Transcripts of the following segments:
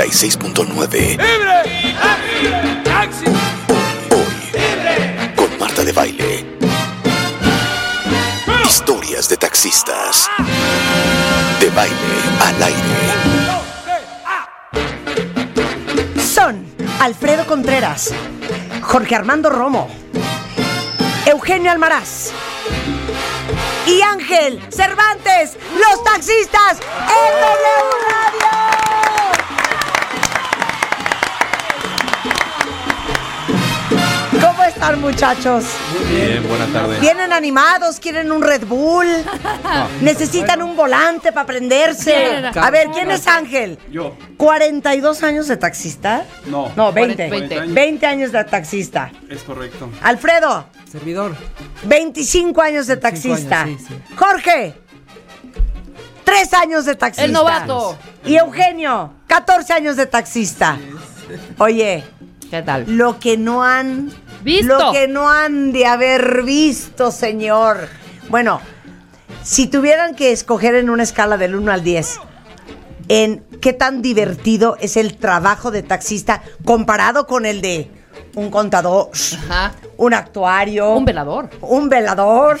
96.9. Hoy, con Marta de Baile. Historias de taxistas. De baile al aire. Son Alfredo Contreras, Jorge Armando Romo, Eugenio Almaraz y Ángel Cervantes, los taxistas en W Radio. ¿Cómo están muchachos? Bien, buenas tardes. ¿Vienen animados? ¿Quieren un Red Bull? ¿Necesitan un volante para prenderse? Claro. A ver, ¿quién es Ángel? Yo, ¿42 años de taxista? No. No, 20. 40 20. años. años de taxista. es correcto. Alfredo, Servidor. 25 años de 25 taxista. años, sí, sí. Jorge, 3 años de taxista. El novato. Y Eugenio, 14 años de taxista. Oye, ¿Qué tal? lo que no han Visto. Lo que no han de haber visto, señor. Bueno, si tuvieran que escoger en una escala del 1 al 10, en qué tan divertido es el trabajo de taxista comparado con el de un contador, Ajá. un actuario, Un velador. un velador,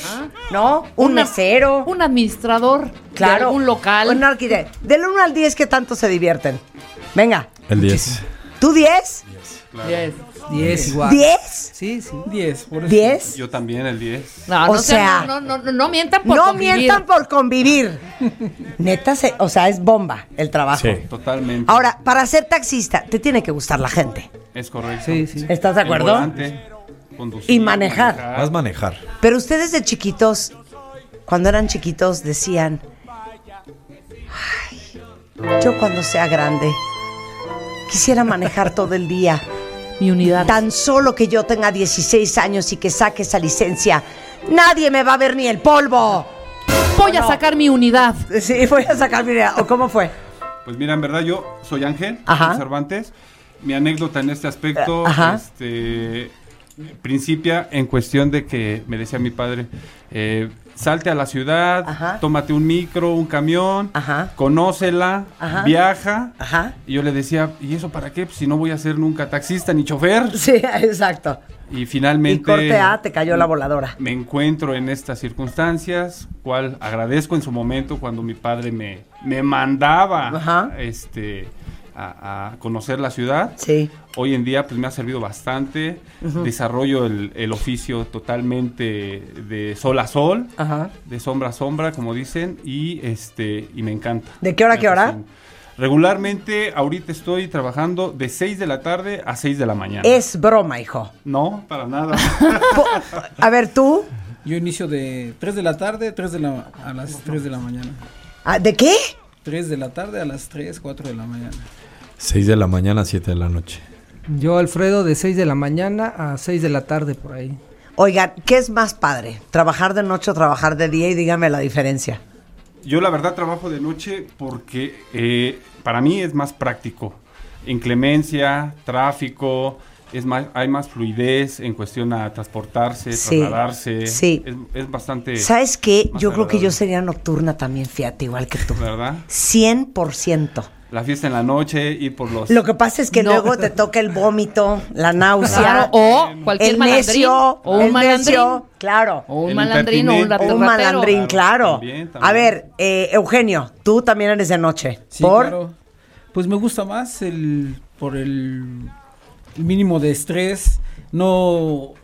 ¿no? Un Una- mesero. Un administrador. Claro. Un local. Un arquitecto. Del 1 al 10, ¿qué tanto se divierten? Venga. El 10. ¿Tú 10? Yes. 10 igual. ¿10? Sí, sí. 10, por eso. ¿10? Yo también, el 10. No, O no sea- sea, no, no, no, no mientan por no convivir. mientan por convivir. Neta, se- o sea, es bomba el trabajo. Sí. Totalmente. Ahora, para ser taxista, te tiene que gustar la gente. Es correcto. Sí, sí. ¿Estás de El acuerdo? volante, conducir, Y manejar. Vas a manejar. Pero ustedes de chiquitos, cuando eran chiquitos, decían, "Ay, yo cuando sea grande, quisiera manejar todo el día. Mi unidad. Tan solo que yo tenga 16 años y que saque esa licencia, nadie me va a ver ni el polvo. Voy a sacar mi unidad. Sí, voy a sacar mi idea. ¿O cómo fue? Pues mira, en verdad yo soy Ángel Ajá. Ángel Cervantes. Mi anécdota en este aspecto Eh, ajá. este, principia en cuestión de que me decía mi padre, eh, salte a la ciudad, Ajá. tómate un micro, un camión, Ajá. conócela, Ajá. viaja. Ajá. Y yo le decía, ¿y eso para qué? Pues si no voy a ser nunca taxista ni chofer. Sí, exacto. Y finalmente... Y corte A, te cayó la voladora. me encuentro en estas circunstancias, cual agradezco en su momento cuando mi padre me, me mandaba Ajá. este, a, a conocer la ciudad. Sí. Hoy en día pues me ha servido bastante, desarrollo el, el oficio totalmente de sol a sol, Ajá. de sombra a sombra, como dicen, y este y me encanta. ¿De qué hora a Me qué hora? fascina. Regularmente ahorita estoy trabajando de 6 de la tarde a 6 de la mañana. Es broma, hijo. No, para nada. Po- A ver, tú, Yo inicio de 3 de la tarde, 3 de la, a las 3 de la mañana. ah, ¿de qué? 3 de la tarde a las 3, 4 de la mañana. 6 de la mañana, 7 de la noche. Yo, Alfredo, de 6 de la mañana a 6 de la tarde por ahí. Oigan, ¿qué es más padre? ¿Trabajar de noche o trabajar de día? Y dígame la diferencia. Yo la verdad trabajo de noche porque eh, para mí es más práctico. Inclemencia, tráfico, es más, hay más fluidez en cuestión a transportarse, Sí, trasladarse. sí. Es, es bastante, ¿Sabes qué? más Yo creo que yo agradable. sería nocturna también, fíjate, igual que tú. ¿verdad? 100%. La fiesta en la noche, ir por los... Lo que pasa es que No. luego te toca el vómito, la náusea, Claro, o cualquier el malandrín. necio, O un el malandrín. necio, claro. O un El malandrín o un impertinente. O ratero. un malandrín, claro. Claro, también, A también. ver, eh, Eugenio, tú también eres de noche. Sí, ¿Por? claro. Pues me gusta más el por el mínimo de estrés, no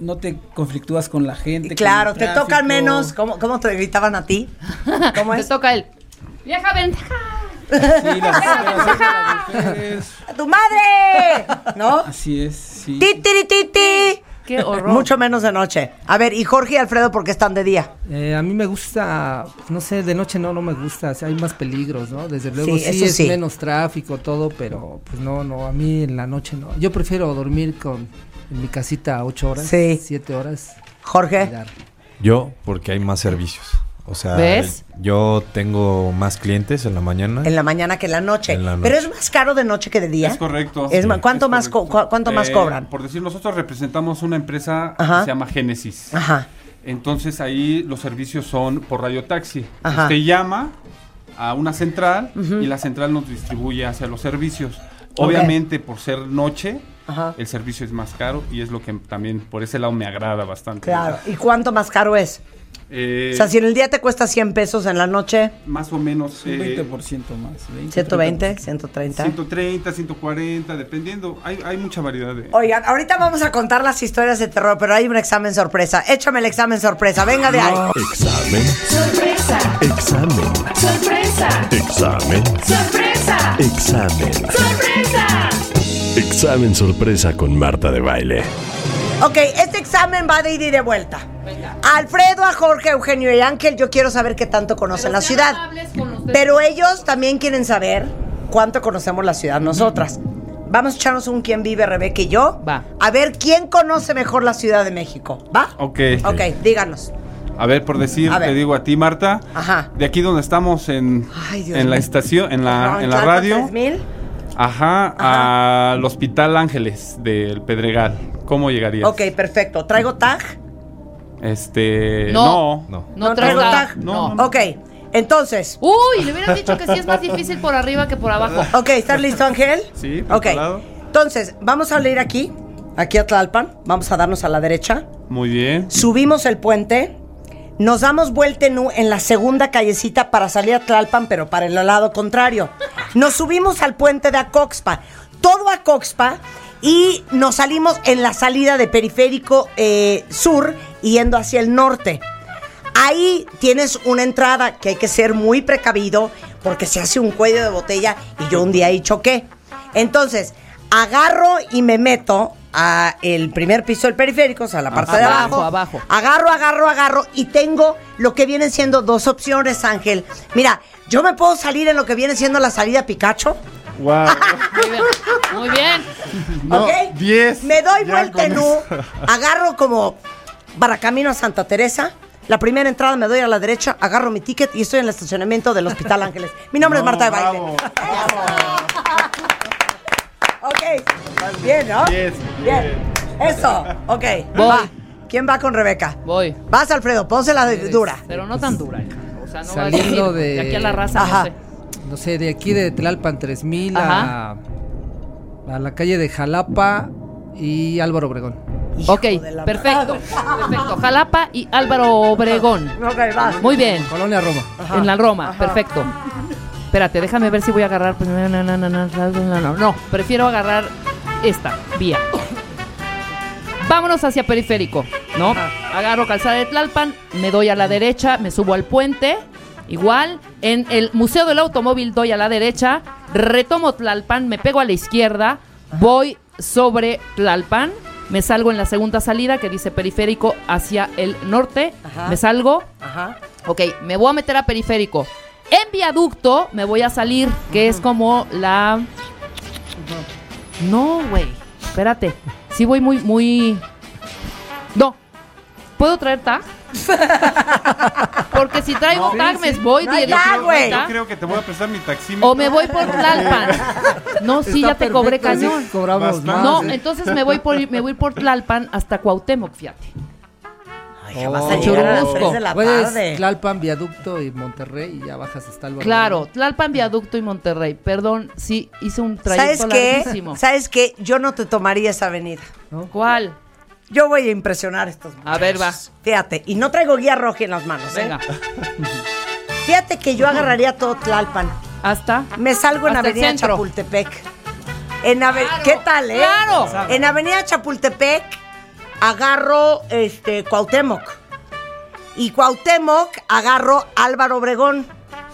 no te conflictúas con la gente. con Y el Claro, te tráfico. tocan menos. ¿Cómo, ¿Cómo te gritaban a ti? ¿Cómo Te es? toca el. Vieja ventaja. Sí, las mujeres, las mujeres. ¡A tu madre! ¿No? Así es, sí. ¡Ti, tiri, ti, ti! Qué horror. Mucho menos de noche. A ver, y Jorge y Alfredo, porque están de día? Eh, a mí me gusta, pues, no sé, de noche no, no me gusta, o sea, hay más peligros, ¿no? Desde luego Sí, sí, eso es sí. menos tráfico, todo, pero pues no, no, a mí en la noche no. Yo prefiero dormir con en mi casita ocho horas, Sí. siete horas. y Jorge. dar. Yo, porque hay más servicios. O sea, ¿Ves? yo tengo más clientes en la mañana. En la mañana que en la noche. En la noche. Pero es más caro de noche que de día. Es correcto. Es ma- Sí, ¿Cuánto, es más, co- correcto. cu- cuánto más Eh, cobran? Por decir, nosotros representamos una empresa Ajá. que se llama Génesis. Ajá. Entonces ahí los servicios son por radiotaxi. Ajá. Te llama a una central y la central nos distribuye hacia los servicios. Obviamente, por ser noche, Ajá. el servicio es más caro y es lo que también por ese lado me agrada bastante. Claro. ¿Y cuánto más caro es? Eh, O sea, si en el día te cuesta 100 pesos, en la noche Más o menos. Un eh, 20% más. 20, 120, 130. 130, 140, dependiendo. Hay, hay mucha variedad de. Oigan, ahorita vamos a contar las historias de terror, pero hay un examen sorpresa. Échame el examen sorpresa, venga de ahí. Ah, Examen. Sorpresa, Examen. sorpresa, Examen. sorpresa, Examen. sorpresa. Examen sorpresa con Marta de Baile. Ok, este examen va de ida y de vuelta. A Alfredo, a Jorge, a Eugenio y a Ángel, yo quiero saber qué tanto conocen Pero la sean ciudad. amables con los de- Pero ellos también quieren saber cuánto conocemos la ciudad nosotras. Vamos a echarnos un quién vive, Rebeca y yo. Va. A ver quién conoce mejor la Ciudad de México. ¿Va? Ok. Ok, díganos. A ver, por decir, A ver. te digo a ti, Marta. Ajá. De aquí donde estamos en, Ay, Dios en la mío. estación, en la, Ah, en la Tlalpan radio. 3000. Ajá, al Hospital Ángeles del Pedregal. ¿Cómo llegarías? Ok, perfecto. ¿Traigo tag? Este. No. No. No. No traigo tag. No. Ok, entonces. Uy, le hubieran dicho que sí es más difícil por arriba que por abajo. Ok, ¿estás listo, Ángel? Sí, Ok. preparado. Entonces, vamos a leer aquí, aquí a Tlalpan. Vamos a darnos a la derecha. Muy bien. Subimos el puente. Nos damos vuelta en, u- en la segunda callecita para salir a Tlalpan, pero para el lado contrario. Nos subimos al puente de Acoxpa. Todo Acoxpa. Y nos salimos en la salida de Periférico eh, Sur y yendo hacia el norte. Ahí tienes una entrada que hay que ser muy precavido porque se hace un cuello de botella y yo un día ahí choqué. Entonces, agarro y me meto a el primer piso del periférico, o sea, la parte de abajo. Abajo, abajo. Agarro, agarro, agarro y tengo lo que vienen siendo dos opciones, Ángel. Mira, yo me puedo salir en lo que viene siendo la salida Pikachu. Wow. Muy bien. Muy bien. No, ¿ok? 10. Me doy Ya vuelta en con U, eso. agarro como para camino a Santa Teresa. La primera entrada me doy a la derecha, agarro mi ticket y estoy en el estacionamiento del Hospital Ángeles. Mi nombre es No, Marta de Baile. bravo, ok, bien, ¿no? Yes, bien. Eso, ok. Voy. Va. ¿Quién va con Rebeca? Voy. Vas, Alfredo, pónsela de dura. Pero no tan dura, hija. O sea, no va a decir Saliendo de de- aquí a la raza, Ajá. no sé. No sé, de aquí de Tlalpan 3000 a, a la calle de Jalapa y Álvaro Obregón. Hijo Ok, de la- perfecto. Perfecto. Jalapa y Álvaro Obregón. Ok, vas. Muy bien. Colonia Roma. En la Roma, perfecto. Espérate, déjame ver si voy a agarrar. pues, na, na, na, na, na, na, na, na. No, prefiero agarrar esta vía. Vámonos hacia periférico, ¿no? Agarro calzada de Tlalpan, me doy a la derecha, me subo al puente. Igual, en el Museo del Automóvil doy a la derecha, retomo Tlalpan, me pego a la izquierda, voy sobre Tlalpan, me salgo en la segunda salida que dice periférico hacia el norte, Ajá. me salgo, Ajá. Ok, me voy a meter a periférico. En viaducto me voy a salir, que es como la. No, güey. Espérate. Sí voy muy, muy. No. ¿Puedo traer tag? Porque si traigo tag, me voy No hay directo. tag, güey. Yo creo que te voy a prestar mi taxímetro. O me voy por Tlalpan. No, sí, Está ya te cobré perfecto, sí, cañón. Cobramos Bastante. más. No, ¿eh? entonces me voy por me voy a ir por Tlalpan hasta Cuauhtémoc, fíjate. Ay, jamás Oh. se llegan a las Churubusco. tres de la Puedes tarde. Tlalpan, Viaducto y Monterrey y ya bajas hasta Álvaro Claro, Obregón. Tlalpan, Viaducto y Monterrey. Perdón, sí, hice un ¿Sabes trayecto qué? larguísimo. ¿Sabes qué? Yo no te tomaría esa avenida. ¿Cuál? Yo voy a impresionar a estos A ver, va. muchachos. Fíjate, y no traigo guía roja en las manos, ¿eh? Venga. Fíjate que yo agarraría todo Tlalpan. Hasta. Me salgo en Hasta el Avenida centro. Chapultepec. En ave- Claro, ¿Qué tal, eh? claro. En Avenida Chapultepec agarro este Cuauhtémoc. Y Cuauhtémoc agarro Álvaro Obregón.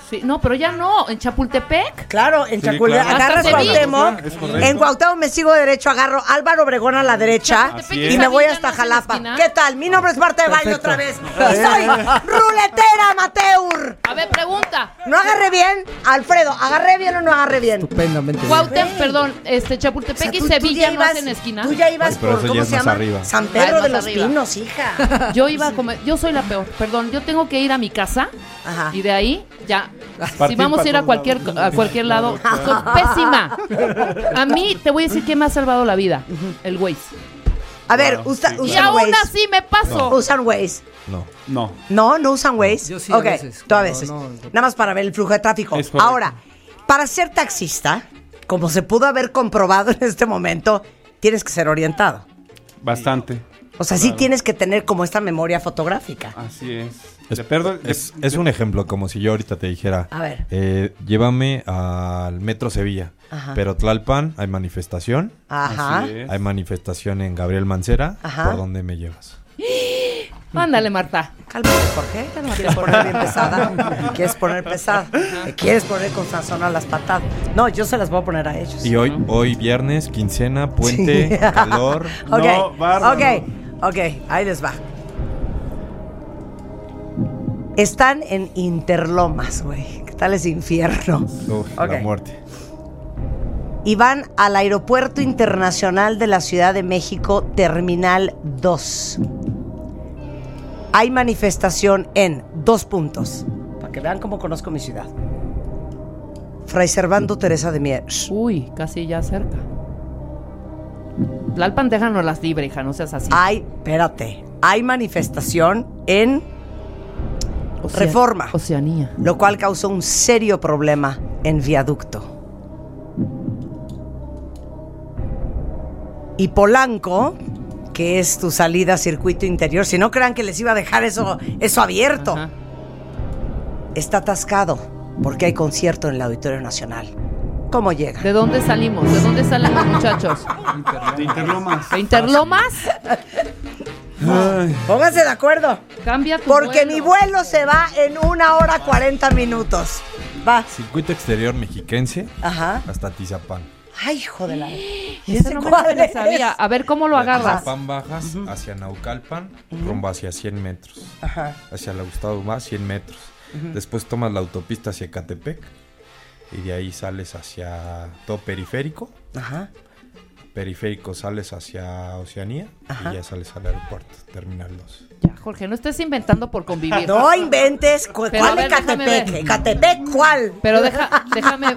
Sí, no, pero ya no. En Chapultepec. Claro, en Sí, Chapultepec claro. agarras Hasta Sevilla. Cuauhtémoc. Es correcto. En Cuauhtémoc me sigo derecho, agarro Álvaro Obregón a la derecha Chapultepec Así y es. y me voy Sevilla hasta no es en la Jalapa. esquina. ¿Qué tal? Mi nombre es Marta de Baile otra vez. Y soy ruletera amateur. A ver, pregunta. No agarré bien, Alfredo. ¿Agarré bien o no agarré bien? Estupendamente. bien. Cuauhtémoc, perdón, este O sea, Chapultepec y tú- tú Sevilla ya no ibas- hacen esquina. Tú ya ibas Ay, pero por, eso ya ¿cómo es se más llama? arriba. San Ah, es Pedro más de los arriba. Pinos, hija. Yo iba a comer, yo soy la peor, perdón, yo tengo que ir a mi casa Ajá. y de ahí ya. si Partir vamos a para ir a todos cualquier lados. a cualquier lado, Claro, soy pésima. A mí te voy a decir que me ha salvado la vida, el Waze. A ver, Claro, usa- sí. Y usan aún Waze. así me paso. Usan Waze. No. No. No, no usan Waze. Yo sí, ok, a veces, tú a cuando veces. no- Nada más para ver el flujo de tráfico. Es correcto. Ahora, para ser taxista, como se pudo haber comprobado en este momento, tienes que ser orientado. Bastante. O sea, sí tienes que tener como esta memoria fotográfica. Así es. Es, De perdo- de- es- es un ejemplo, como si yo ahorita te dijera, A ver. eh, llévame al Metro Sevilla, Ajá. pero Tlalpan hay manifestación, Ajá. Así es. hay manifestación en Gabriel Mancera, Ajá. ¿por dónde me llevas? Ándale, Marta. Cálmate, Jorge. ¿Quieres poner bien pesada? ¿Quieres poner pesada? ¿Te quieres poner con sazón a las patadas? No, yo se las voy a poner a ellos. Y hoy, hoy viernes, quincena, puente, Sí. calor. Ok, No, bárbaro. ok, ok, ahí les va. Están en Interlomas, güey. ¿Qué tal es infierno? Uf, Ok. La muerte. Y van al Aeropuerto Internacional de la Ciudad de México, Terminal 2. Hay manifestación en dos puntos. Para que vean cómo conozco mi ciudad. Fray Servando Teresa de Mier. Uy, casi ya cerca. Tlalpan, déjanos las libre, hija, no seas así. Hay, espérate, hay manifestación en Ocea- Reforma. Oceanía. lo cual causó un serio problema en viaducto. Y Polanco, que es tu salida a circuito interior, si no crean que les iba a dejar eso, eso abierto, Ajá. está atascado porque hay concierto en el Auditorio Nacional. ¿Cómo llega? ¿De dónde salimos? ¿De dónde salen los muchachos? De Interlomas. ¿De Interlomas? Pónganse de acuerdo, Cambia tu porque mi vuelo. vuelo se va en una hora 40 minutos. Va. Circuito exterior mexiquense Ajá. hasta Tizapán. Ay, hijo de la... ¿Y Esa ese no me cuál la es? sabía. A ver, ¿cómo lo De agarras? Tizapán bajas hacia Naucalpan, rumbo hacia 100 metros. Ajá. Hacia la Gustavo Más, 100 metros. Después tomas la autopista hacia Catepec. Y de ahí sales hacia todo periférico. Ajá. Periférico sales hacia Oceanía. Ajá. Y ya sales al aeropuerto, Terminal 2. Ya, Jorge, no estés inventando por convivir. No inventes. ¿Cu- Pero a ¿Cuál ver, déjame Ecatepec? ver. ¿Ecatepec cuál? Pero deja, déjame,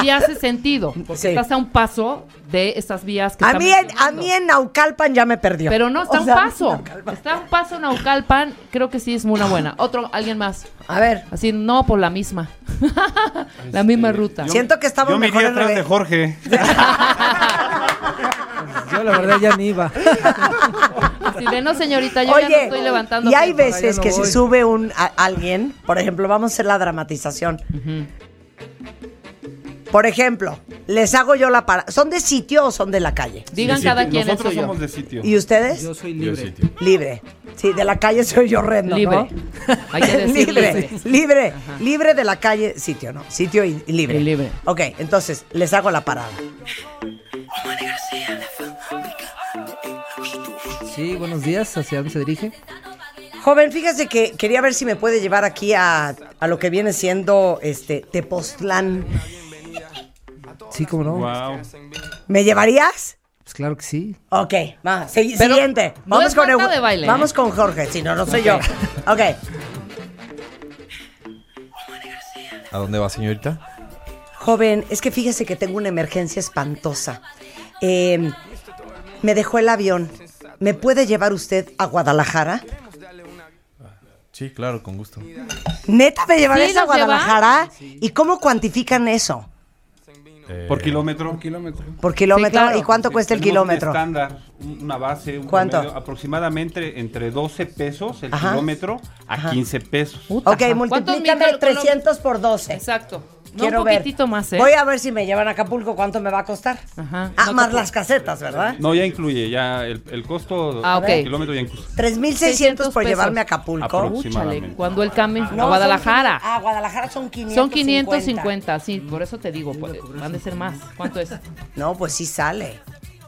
si hace sentido, porque Sí. estás a un paso de estas vías que A estamos mí, en, a mencionando. mí en Naucalpan ya me perdió. Pero no, está O un sea, paso. Naucalpan. Está un paso Naucalpan, creo que sí es una buena. Otro, alguien más. A ver, Así, no, por la misma. la misma ruta. yo- Siento que estamos Este, Yo me mejor iría en atrás de revés. Jorge. Yo la verdad ya ni iba. Así de, no, señorita, Ah, yo ya no oye, estoy levantando. y hay peso, ya veces no que se voy. sube un a- alguien, por ejemplo, vamos a hacer la dramatización. Por ejemplo, les hago yo la parada. ¿Son de sitio o son de la calle? Digan De cada sitio. quien el Nosotros suyo. somos de sitio. ¿Y ustedes? Yo soy Yo libre. sí, tío. Libre. Sí, de la calle soy horrendo, Libre. ¿no? Hay que decir libre. libre, libre, libre de la calle, sitio, ¿no? Sitio y, y libre. Y libre. Ok, entonces les hago la parada. Sí, buenos días. ¿Hacia dónde se dirige? Joven, fíjese que quería ver si me puede llevar aquí a, a lo que viene siendo este Tepoztlán. Sí, cómo no. Wow. ¿Me llevarías? Pues claro que sí. Ok, va, segui- Pero siguiente. no es con Marta Eugenia- de baile, Vamos ¿eh? con Jorge, si no, no soy yo. Ok, ¿A dónde va, señorita? joven, es que fíjese que tengo una emergencia espantosa. Eh, me dejó el avión. ¿Me puede llevar usted a Guadalajara? Sí, claro, con gusto. ¿Neta me llevarías ¿Sí a nos lleva? Guadalajara? ¿Y cómo cuantifican eso? Eh, Por kilómetro. kilómetro. ¿Por kilómetro? claro. ¿Y cuánto cuesta el Tenemos un kilómetro? estándar, un- una base, un ¿Cuánto? promedio, aproximadamente entre 12 pesos el Ajá. kilómetro a 15 pesos. Puta, Ok, ajá. multiplícame ¿Cuántos 300 por 12. Exacto. No, Quiero un ver. poquitito más, ¿eh? Voy a ver si me llevan a Acapulco cuánto me va a costar. Ajá. Ah, No más te- las casetas, ¿verdad? No, ya incluye, ya el, el costo Ah, del ok. kilómetro ya incluye. 3.600 por pesos. llevarme a Acapulco. Aprox- Úchale, aproximadamente. cuando el cambio No, a Guadalajara. son- ah, Guadalajara son 550. Son 550, sí, por eso te digo, pues, van de ser más. ¿Cuánto es? No, pues sí sale.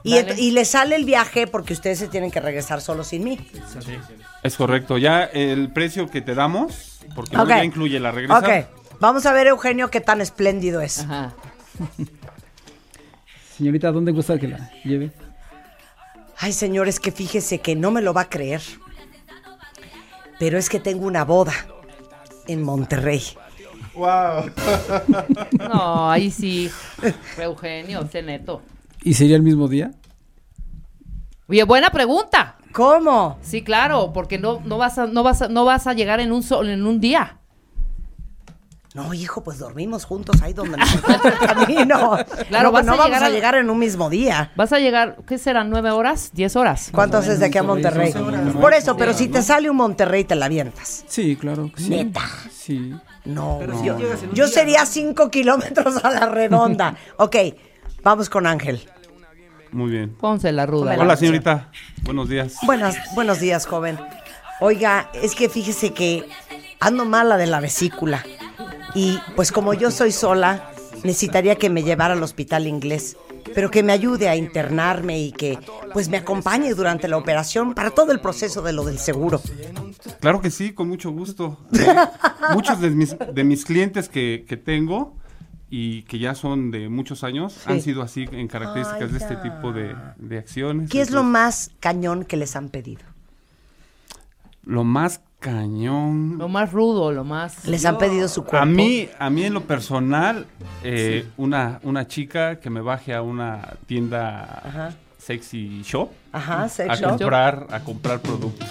Y, Vale. ent- y le sale el viaje porque ustedes se tienen que regresar solo sin mí. Es correcto, ya el precio que te damos, porque no Ok. ya incluye la regresa. Ok, vamos a ver, Eugenio, qué tan espléndido es. Ajá. Señorita, ¿dónde gusta que la lleve? Ay, señores, que fíjese que no me lo va a creer. Pero es que tengo una boda en Monterrey. No, ahí sí. Eugenio, sé neto. ¿Y sería el mismo día? Oye, buena pregunta. ¿Cómo? Sí, claro, porque no, no vas a, no vas a, no vas a llegar en un sol, en un día. No, hijo, pues dormimos juntos ahí donde nos encuentra el camino. Claro, Claro, vas no, a vamos llegar a al- llegar en un mismo día. Vas a llegar, ¿qué serán? ¿Nueve horas? ¿Diez horas? ¿Cuánto haces de aquí a Monterrey? Por eso, pero si te sale un Monterrey, te la avientas. Sí, claro. que Sí. Neta. Sí. No, no. yo llegas en un yo día, sería cinco kilómetros a la redonda. ok, vamos con Ángel. Muy bien. Ponce la ruda. Hola, señorita. Buenos días. Buenas, buenos días, joven. Oiga, es que fíjese que ando mala de la vesícula. Y pues como yo soy sola, necesitaría que me llevara al hospital inglés. Pero que me ayude a internarme y que pues me acompañe durante la operación para todo el proceso de lo del seguro. Claro que sí, con mucho gusto. Muchos de mis, de mis clientes que, que tengo y que ya son de muchos años han sido así en características de este tipo de, de acciones. ¿Qué es lo Entonces, más cañón que les han pedido? Lo más cañón. Lo más rudo, lo más. ¿Les han pedido su cuerpo? A mí, a mí en lo personal, eh, una, una chica que me baje a una tienda Ajá. sexy shop Ajá, a sex shop. comprar, a comprar productos.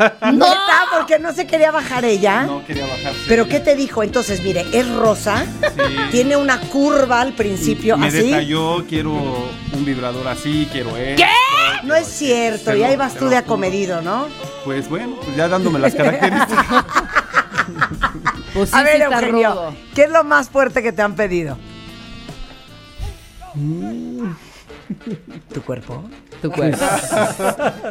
Neta, porque no se quería bajar ella. No quería bajarse. Ah. ¿Pero qué te dijo? Entonces, mire, es rosa, Sí. tiene una curva al principio, Me así. detalló, quiero un vibrador así, quiero esto. quiero No es aquello. cierto, Te y lo- ahí vas te tú lo de juro. acomedido, ¿no? Pues bueno, pues ya dándome las características. Pues sí, A sí ver, está Eugenio, rudo. ¿qué es lo más fuerte que te han pedido? Mm. ¿Tu cuerpo? Tu cuerpo.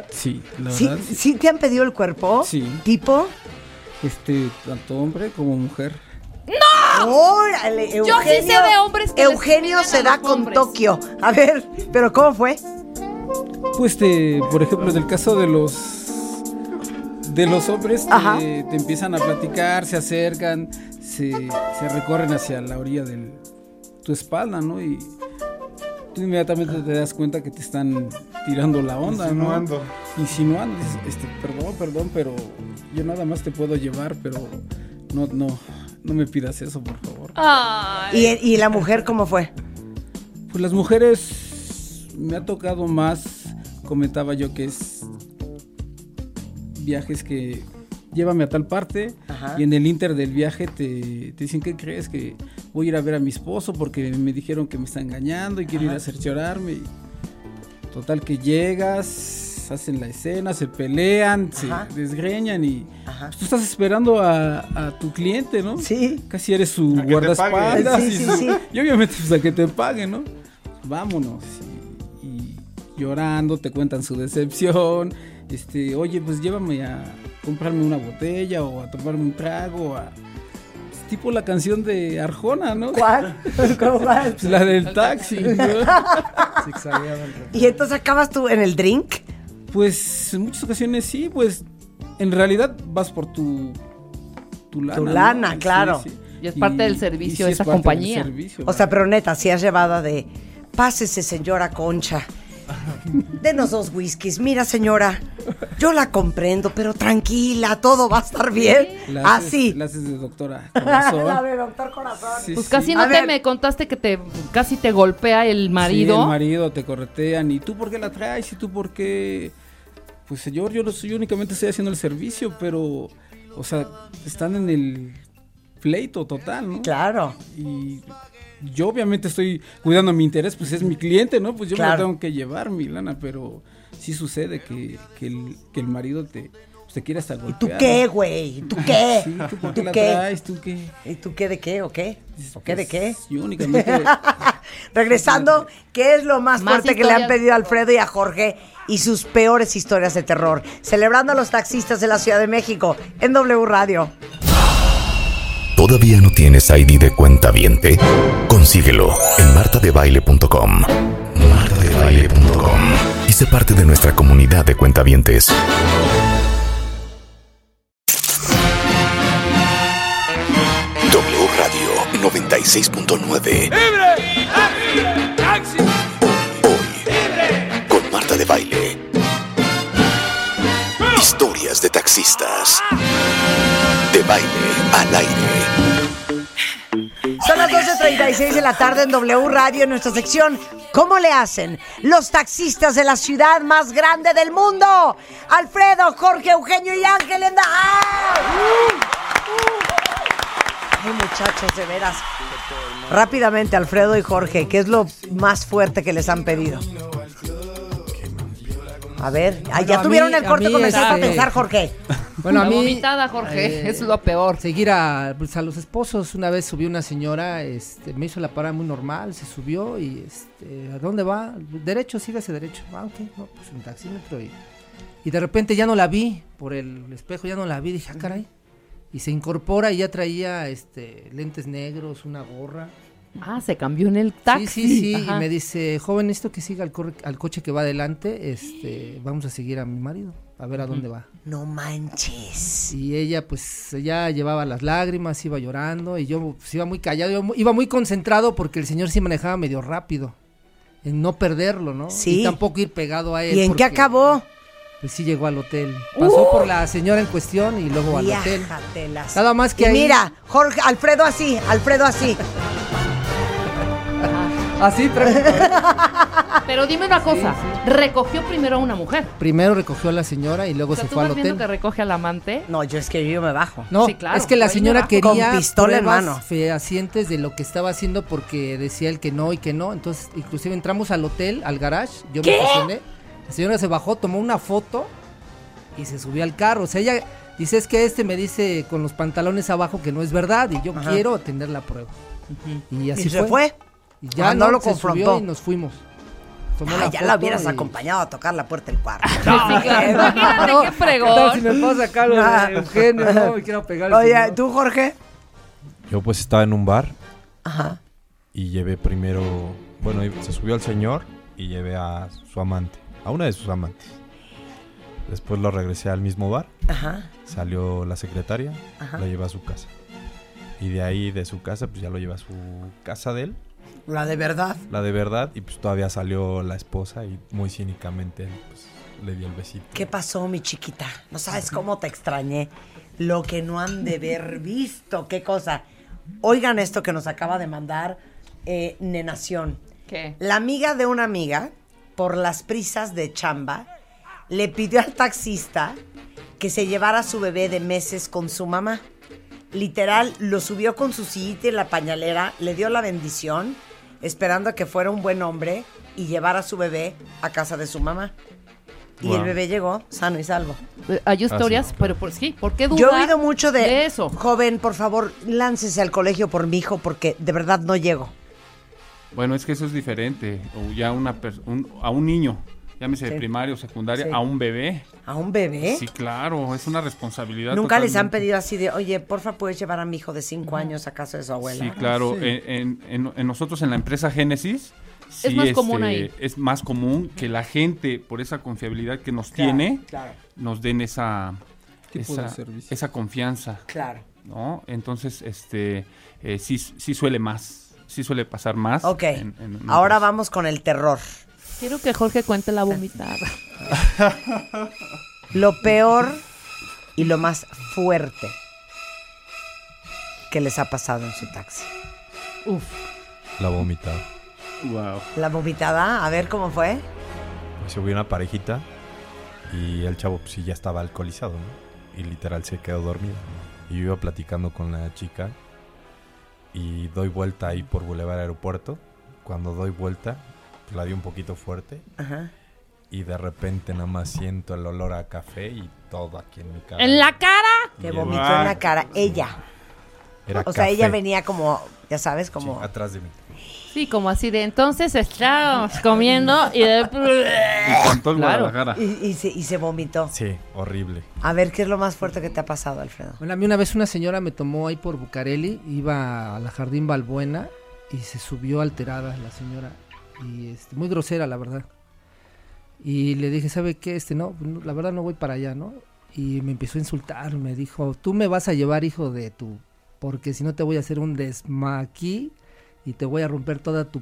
Sí, la ¿Sí, verdad. sí te han pedido el cuerpo? Sí. ¿Tipo? Este, tanto hombre como mujer. ¡Órale, Yo sí sé Eugenio! de hombres que les Eugenio piden a se da los con hombres. Tokio. A ver, ¿pero cómo fue? Pues te, por ejemplo, en el caso de los de los hombres Ajá. te, te empiezan a platicar, se acercan, se, se recorren hacia la orilla de tu espalda, ¿no? Y tú inmediatamente te das cuenta que te están tirando la onda, Insinuando. ¿no? Insinuando. dices, Este, perdón, perdón, pero yo nada más te puedo llevar, pero no, no, no me pidas eso, por favor. Ay. ¿Y, y la mujer cómo fue? Pues las mujeres me ha tocado más, comentaba yo que es viajes que llévame a tal parte Ajá. y en el inter del viaje te, te dicen ¿qué crees? que voy a ir a ver a mi esposo porque me dijeron que me está engañando y quiero ir a cerciorarme. Y total que llegas, hacen la escena, se pelean, Ajá. se desgreñan y Ajá. pues, tú estás esperando a, a tu cliente, ¿no? Sí. Casi eres su A que te guardaespaldas. paguen. y Sí, su- sí, sí. Y obviamente, pues a que te paguen, ¿no? Vámonos. Y, y llorando, te cuentan su decepción. Este, oye, pues llévame a comprarme una botella o a tomarme un trago. A... Es tipo la canción de Arjona, ¿no? ¿Cuál? ¿Cómo va? Pues, la del taxi. ¿no? zigzagueaba el reloj. Y entonces acabas tú en el drink. Pues en muchas ocasiones sí, pues en realidad vas por tu. Tu lana, ¿no? lana, Sí, claro. sí. Y es parte del servicio de esa compañía. servicio, O sea, pero neta, si has llevada de. Pásese, señora Concha. Denos dos whiskies. Mira, señora, yo la comprendo, pero tranquila, todo va a estar bien. La haces- Así. la haces de doctora. La corazón. de doctor corazón. Sí, Pues sí. casi A no te ver. me contaste que te casi te golpea el marido. Sí, el marido te corretean. ¿Y tú por qué la traes? ¿Y tú por qué? Pues señor, yo, no soy- yo únicamente estoy haciendo el servicio, pero, o sea, están en el pleito total, ¿no? Claro. Y yo obviamente estoy cuidando mi interés, pues es mi cliente, ¿no? Pues yo me Claro. la tengo que llevar, mi lana, pero sí sucede que, que, el, que el marido te, pues, te quiere hasta ¿Y golpear. tú qué, ¿no? güey? ¿Y tú qué? Sí, ¿tú por ¿Y qué tú la qué? traes? ¿Tú qué? ¿Y tú qué de qué o qué? ¿O qué de qué? Pues, Yo únicamente... Regresando, ¿qué es lo más, Más fuerte que le han historias. pedido a Alfredo y a Jorge y sus peores historias de terror? Celebrando a los taxistas de la Ciudad de México en W Radio. ¿Todavía no tienes ID de cuenta viente? Consíguelo en martadebaile.com. martadebaile.com y sé parte de nuestra comunidad de cuentavientes. W Radio 96.9 Hoy con Marta de Baile Historias de taxistas De baile al aire Son las 12.36 de la tarde en W Radio, en nuestra sección ¿Cómo le hacen los taxistas de la ciudad más grande del mundo? Alfredo, Jorge, Eugenio y Ángel en Uh, Ay, muchachos, de veras. Rápidamente, Alfredo y Jorge, ¿qué es lo más fuerte que les han pedido? A ver, ah, Bueno, a ya mí- tuvieron el a corte mí, comercial para este, pensar, Jorge. Bueno, a La mí. eh, vomitada, Jorge, es lo peor. Seguir a, pues, a los esposos. Una vez subió una señora, este, me hizo la parada muy normal, se subió y, este, ¿a dónde va? Derecho, sígase derecho. Ah, ok, no, pues un taxímetro. Y, y de repente ya no la vi por el espejo, ya no la vi. Dije, ah, caray. Y se incorpora y ya traía este, lentes negros, una gorra. Ah, se cambió en el taxi. Sí, sí, sí. Ajá. Y me dice, joven, esto que siga al, corre- al coche que va adelante, este, vamos a seguir a mi marido, a ver a dónde va. No manches. Y ella, pues, ella llevaba las lágrimas, iba llorando, y yo pues, iba muy callado, iba mu- iba muy concentrado porque el señor sí manejaba medio rápido, en no perderlo, ¿no? Sí. Y tampoco ir pegado a él. ¿Y en qué Eh, porque, acabó? Uh. Pues sí llegó al hotel. Pasó por la señora en cuestión y luego al hotel. Viájatelas. Nada más que Y ahí- mira, Jorge, Alfredo así, Alfredo así. Así, pero- Pero dime una cosa, recogió primero a una mujer. primero recogió a la señora y luego O sea, Pues se tú fue al vas viendo hotel. que recoge al amante. No, yo es que yo me bajo. No, Sí, claro, es que la ahí me señora bajo. quería Con pistola en pruebas mano. fehacientes de lo que estaba haciendo porque decía él que no y que no. Entonces, inclusive entramos al hotel, al garage, yo me estacioné. La señora se bajó, tomó una foto y se subió al carro. O sea, ella dice, es que este me dice con los pantalones abajo que no es verdad y yo quiero tener la prueba. Y así y se fue. Y ya Ah, no, no lo lo se subió confrontó. y nos fuimos. Tomó Ah, ya la foto hubieras y- acompañado a tocar la puerta del cuarto. Sí, claro. Imagínate ¿Qué qué tal si fregón. me pasa acá lo de Eugenio? No, me quiero pegar. al Ah. Oye, señor. ¿tú, Jorge? Yo pues estaba en un bar Ajá. y llevé primero, bueno, y- se subió al señor y llevé a su amante, a una de sus amantes. Después lo regresé al mismo bar, Ajá. salió la secretaria, Ajá. lo llevé a su casa. Y de ahí, de su casa, pues ya lo llevé a su casa de él, La de verdad. la de verdad, y pues todavía salió la esposa y muy cínicamente él, pues, le dio el besito. ¿Qué pasó, mi chiquita? No sabes cómo te extrañé. Lo que no han de haber visto. Qué cosa. Oigan esto que nos acaba de mandar eh, Nenación. ¿Qué? La amiga de una amiga, por las prisas de chamba, le pidió al taxista que se llevara a su bebé de meses con su mamá. Literal, lo subió con su sillita y la pañalera, le dio la bendición, esperando a que fuera un buen hombre y llevara a su bebé a casa de su mamá. Y el Wow. bebé llegó sano y salvo. Eh, Hay historias, Ah, sí, pero por, sí, ¿por qué dudar Yo he oído mucho de, eso? Joven, por favor, láncese al colegio por mi hijo porque de verdad no llego. Bueno, es que eso es diferente. O ya una pers- un- a un niño, llámese de Sí. primaria o secundaria, Sí. a un bebé. ¿A un bebé? Sí, claro, es una responsabilidad. Nunca les han totalmente. pedido así de, oye, porfa, puedes llevar a mi hijo de cinco años a casa de su abuela. Sí, claro. En, en- en- en nosotros, en la empresa Génesis, sí, este, más común ahí. Es más común que la gente, por esa confiabilidad que nos tiene, nos den esa, Tipo de esa, servicio. esa confianza, Claro. ¿no? Entonces, este, eh, sí, sí suele más, sí suele pasar más. Ok. en- en una Ahora empresa. vamos con el terror. Quiero que Jorge cuente la vomitada. Lo peor y lo más fuerte que les ha pasado en su taxi. Uf. La vomitaba. Wow. La vomitada, a ver cómo fue. Pues Se hubo una parejita y el chavo pues sí ya estaba alcoholizado, ¿no? Y literal se quedó dormido. Y yo iba platicando con la chica y doy vuelta ahí por Boulevard Aeropuerto. Cuando doy vuelta, pues, la di un poquito fuerte Ajá. y de repente nada más siento el olor a café y todo aquí en mi cara. ¿En la cara? Que Y vomitó Guau. en la cara. Ella. Era O sea, ella café, venía como, ya sabes, sí, como. atrás de mí. Sí, como así de entonces estábamos comiendo y Ah, de... Y con todo el Claro. Guadalajara. Y, y se, y se vomitó. Sí, horrible. A ver, ¿qué es lo más fuerte que te ha pasado, Alfredo? Bueno, a mí una vez una señora me tomó ahí por Bucareli, iba a la Jardín Balbuena y se subió alterada la señora. Y este, muy grosera, la verdad. Y le dije, ¿sabe qué? Este, no, no, la verdad no voy para allá, ¿no? Y me empezó a insultar, me dijo, tú me vas a llevar, hijo de tu... Porque si no te voy a hacer un desmaquí y te voy a romper toda tu...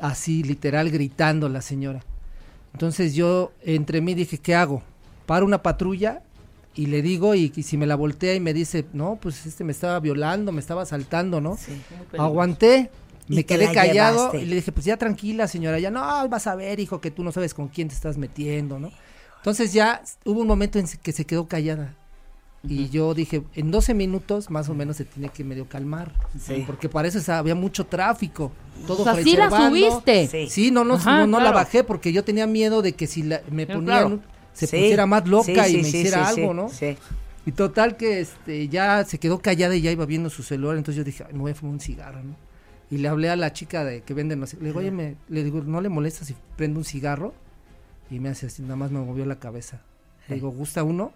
Así, literal, gritando la señora. Entonces yo entre mí dije, ¿qué hago? Paro una patrulla y le digo, y, y si me la voltea y me dice, no, pues este me estaba violando, me estaba asaltando, ¿no? Aguanté, Y me te quedé la callado llevaste. y le dije, pues ya tranquila, señora, ya no, vas a ver, hijo, que tú no sabes con quién te estás metiendo, ¿no? Entonces ya hubo un momento en que se quedó callada. Y yo dije, en 12 minutos más o menos se tiene que medio calmar. Sí. Pues, Porque para eso estaba- había mucho tráfico. Todo O sea, sí la preservando. subiste. Sí. Sí, no, no, Ajá, no, no la claro. bajé porque yo tenía miedo de que si la- me Pero ponían, claro. se Sí. pusiera más loca Sí, y sí, me sí, hiciera sí, algo, sí, ¿no? Sí. Y total que este ya se quedó callada y ya iba viendo su celular, entonces yo dije, "Ay, me voy a fumar un cigarro, ¿no? Y le hablé a la chica de que vende, no sé, le digo, oye, me- le digo, ¿no le molesta si prendo un cigarro? Y me hace así, nada más me movió la cabeza. Le digo, ¿gusta uno?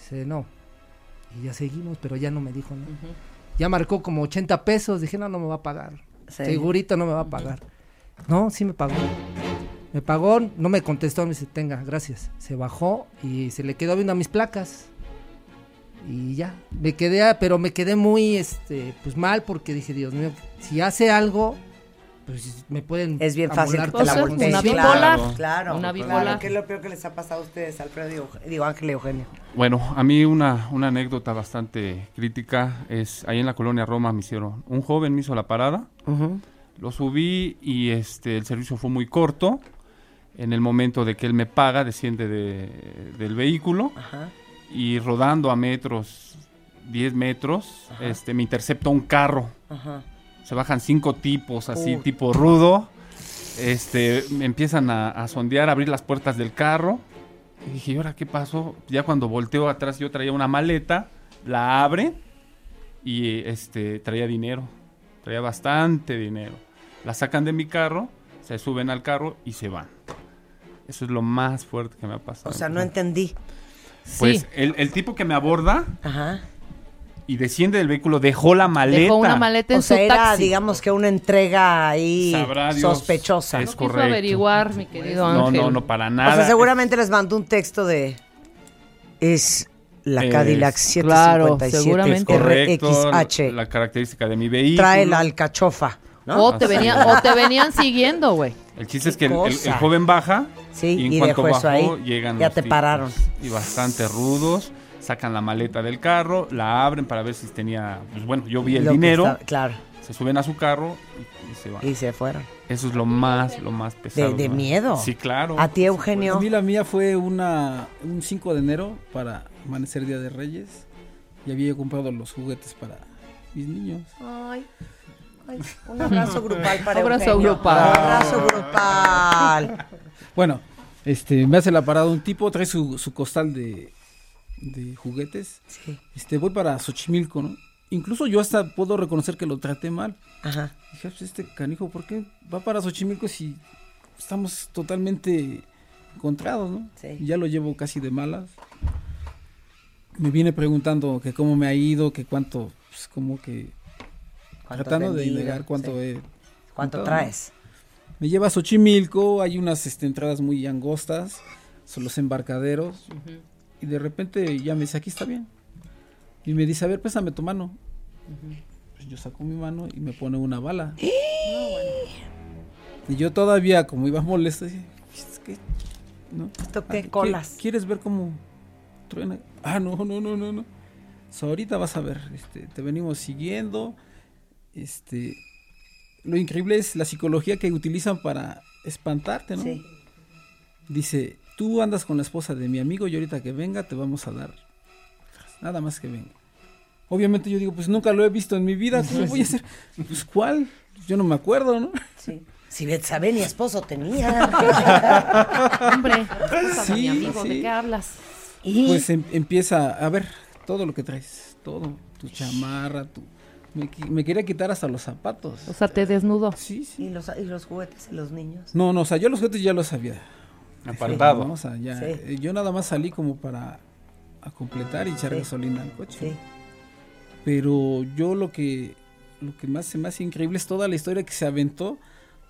Dice, no. Y ya seguimos, pero ya no me dijo nada. Ya marcó como 80 pesos, dije, no, no me va a pagar. Sí. Segurito no me va a pagar. No, sí me pagó. Me pagó, no me contestó, me dice, tenga, gracias. Se bajó y se le quedó viendo a mis placas. Y ya, me quedé, a- pero me quedé muy, este, pues mal porque dije, Dios mío, si hace algo, pues me pueden... Es bien fácil amolar que te la toda volteen. Entonces, una conciencia. bipolar. Claro, claro. Una claro, bipolar. ¿Qué es lo peor que les ha pasado a ustedes, Alfredo y Euge- digo, Ángel y Eugenio? Bueno, a mí una, una anécdota bastante crítica es ahí en la colonia Roma me hicieron. Un joven me hizo la parada, lo subí y este el servicio fue muy corto. En el momento de que él me paga, desciende de- del vehículo Ajá. y rodando a metros, 10 metros, este me intercepta un carro. Ajá. Se bajan cinco tipos, así Puta. tipo rudo. Este, me empiezan a, a sondear, a abrir las puertas del carro. Y dije, ¿y ahora qué pasó? Ya cuando volteo atrás, yo traía una maleta, la abre y este, traía dinero. Traía bastante dinero. La sacan de mi carro, se suben al carro y se van. Eso es lo más fuerte que me ha pasado. O sea, no entendí. Pues sí. el, el tipo que me aborda Ajá. y desciende del vehículo dejó la maleta. Dejó una maleta en O sea, su era, taxi. digamos que una entrega ahí Sabrá Dios. sospechosa. Es no quiso correcto. averiguar, mi querido No, Ángel. no, no, para O nada. sea, seguramente les mandó un texto de. Es la Es- Cadillac claro, 757 seguramente. correcto RXH. la característica de mi vehículo. trae la alcachofa. ¿no? O, te Así venían, es. o te venían siguiendo, güey. El chiste es qué que el, el- el cosa. joven baja Sí, y en y cuanto dejó bajó eso ahí, llegan ya los te tipos. pararon. y bastante rudos. Sacan la maleta del carro, la abren para ver si tenía, pues bueno, yo vi el Lo que dinero, está- claro, se suben a su carro y, y se van. y se fueron. Eso es lo más, lo más pesado. De, de ¿no? miedo. Sí, claro. A ti, A Eugenio. mí la mía fue una, un 5 de enero para amanecer Día de Reyes. Y había yo comprado los juguetes para mis niños. Ay, ay, un abrazo grupal para Abrazo Eugenio. grupal. Un abrazo grupal. Bueno, este, me hace la parada un tipo, trae su, su costal de, de juguetes. Sí, Este, voy para Xochimilco, ¿no? Incluso yo hasta puedo reconocer que lo traté mal. ajá. Dije, "Pues, este canijo, ¿por qué va para Xochimilco si estamos totalmente encontrados, no? Sí. Ya lo llevo casi de malas. Me viene preguntando que cómo me ha ido, que cuánto, pues como que ¿Cuánto tratando de vendido? indagar cuánto Sí. he ¿Cuánto contado, ¿no? traes? Me lleva a Xochimilco, hay unas este, entradas muy angostas, son los embarcaderos, y de repente ya me dice, aquí está bien. Y me dice, a ver, pésame tu mano. Pues yo saco mi mano y me pone una bala. Y yo todavía, como iba molesto, dije, "Es que, ¿no? ¿Esto Ah, qué ¿qui- colas? ¿Quieres ver cómo truena? Ah, no, no, no, no, no. So, ahorita vas a ver, este, te venimos siguiendo. Este, lo increíble es la psicología que utilizan para espantarte, ¿no? Sí. Dice, tú andas con la esposa de mi amigo y ahorita que venga te vamos a dar. Nada más que venga. Obviamente yo digo, pues nunca lo he visto en mi vida, ¿cómo voy a hacer? Pues cuál, yo no me acuerdo, ¿no? Sí. Si Betsabe ni esposo tenía. Hombre, Sí, mi amigo, ¿de sí. qué hablas? y Pues em- empieza a ver todo lo que traes, todo, tu chamarra, tu... Me, qui- me quería quitar hasta los zapatos. O sea, te desnudó. Sí, sí. ¿Y los, y los juguetes y los niños. No, no, o sea, yo los juguetes ya los había. Apartado. ¿no? O sea, ya, Sí. eh, Yo nada más salí como para a completar y echar Sí. gasolina al coche. Sí. Pero yo lo que lo que más se me hace increíble es toda la historia que se aventó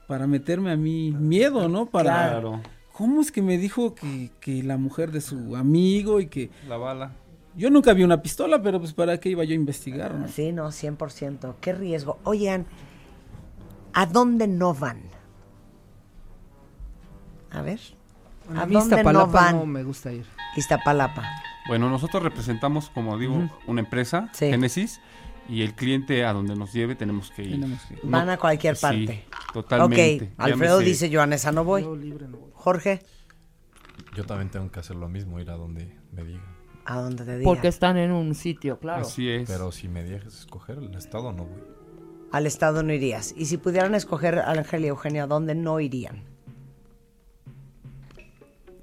para meterme a mí miedo, ¿no? Para Claro. ¿Cómo es que me dijo que, que la mujer de su amigo y que La bala. yo nunca vi una pistola, pero pues para qué iba yo a investigar, ¿no? Sí, no, 100%. Qué riesgo. Oigan, ¿a dónde no van? A ver. ¿A, A mí dónde no Iztapalapa van? no me gusta ir. Iztapalapa. Bueno, nosotros representamos, como digo, una empresa, Sí. Génesis, y el cliente a donde nos lleve tenemos que ir. Tenemos que ir. No- Van a cualquier sí, parte. totalmente. Ok, Alfredo Llámese- dice, yo a esa no voy. Jorge, Yo también tengo que hacer lo mismo, ir a donde me digan. ¿a dónde te diga? Porque están en un sitio, claro. Así es. Pero si me dejas escoger el estado, no voy. Al estado no irías. Y si pudieran escoger a Ángel y Eugenia, ¿a dónde no irían?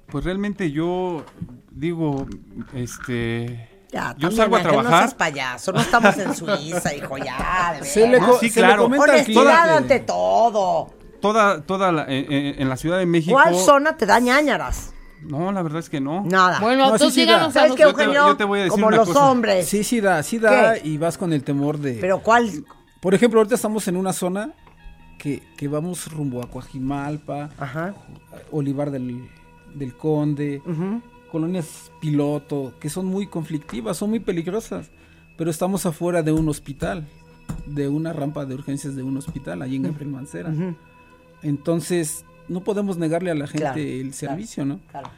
Pues realmente yo digo, este, Ya, yo también, salgo a Ángel, No seas trabajar. payaso, no estamos en Suiza, hijo, ya. de Se le, veras. No, co- sí, se le claro. comenta al Honestidad cliente. ante todo. toda, toda la- en, en- en la Ciudad de México. ¿Cuál zona te da ñáñaras? No, la verdad es que no. Nada. Bueno, No, tú sí, sí, díganos da. a ¿Sabes qué, nosotros. te- Eugenio? yo te voy a decir Como una los cosa. hombres. Sí, sí da, sí da ¿Qué? y vas con el temor de... Pero ¿cuál? Por ejemplo, ahorita estamos en una zona que, que vamos rumbo a Coajimalpa, Ajá. Olivar del, del Conde, colonias piloto, que son muy conflictivas, son muy peligrosas, pero estamos afuera de un hospital, de una rampa de urgencias de un hospital, allí en Gabriel Mancera. Entonces, no podemos negarle a la gente Claro, el servicio, ¿no? Claro.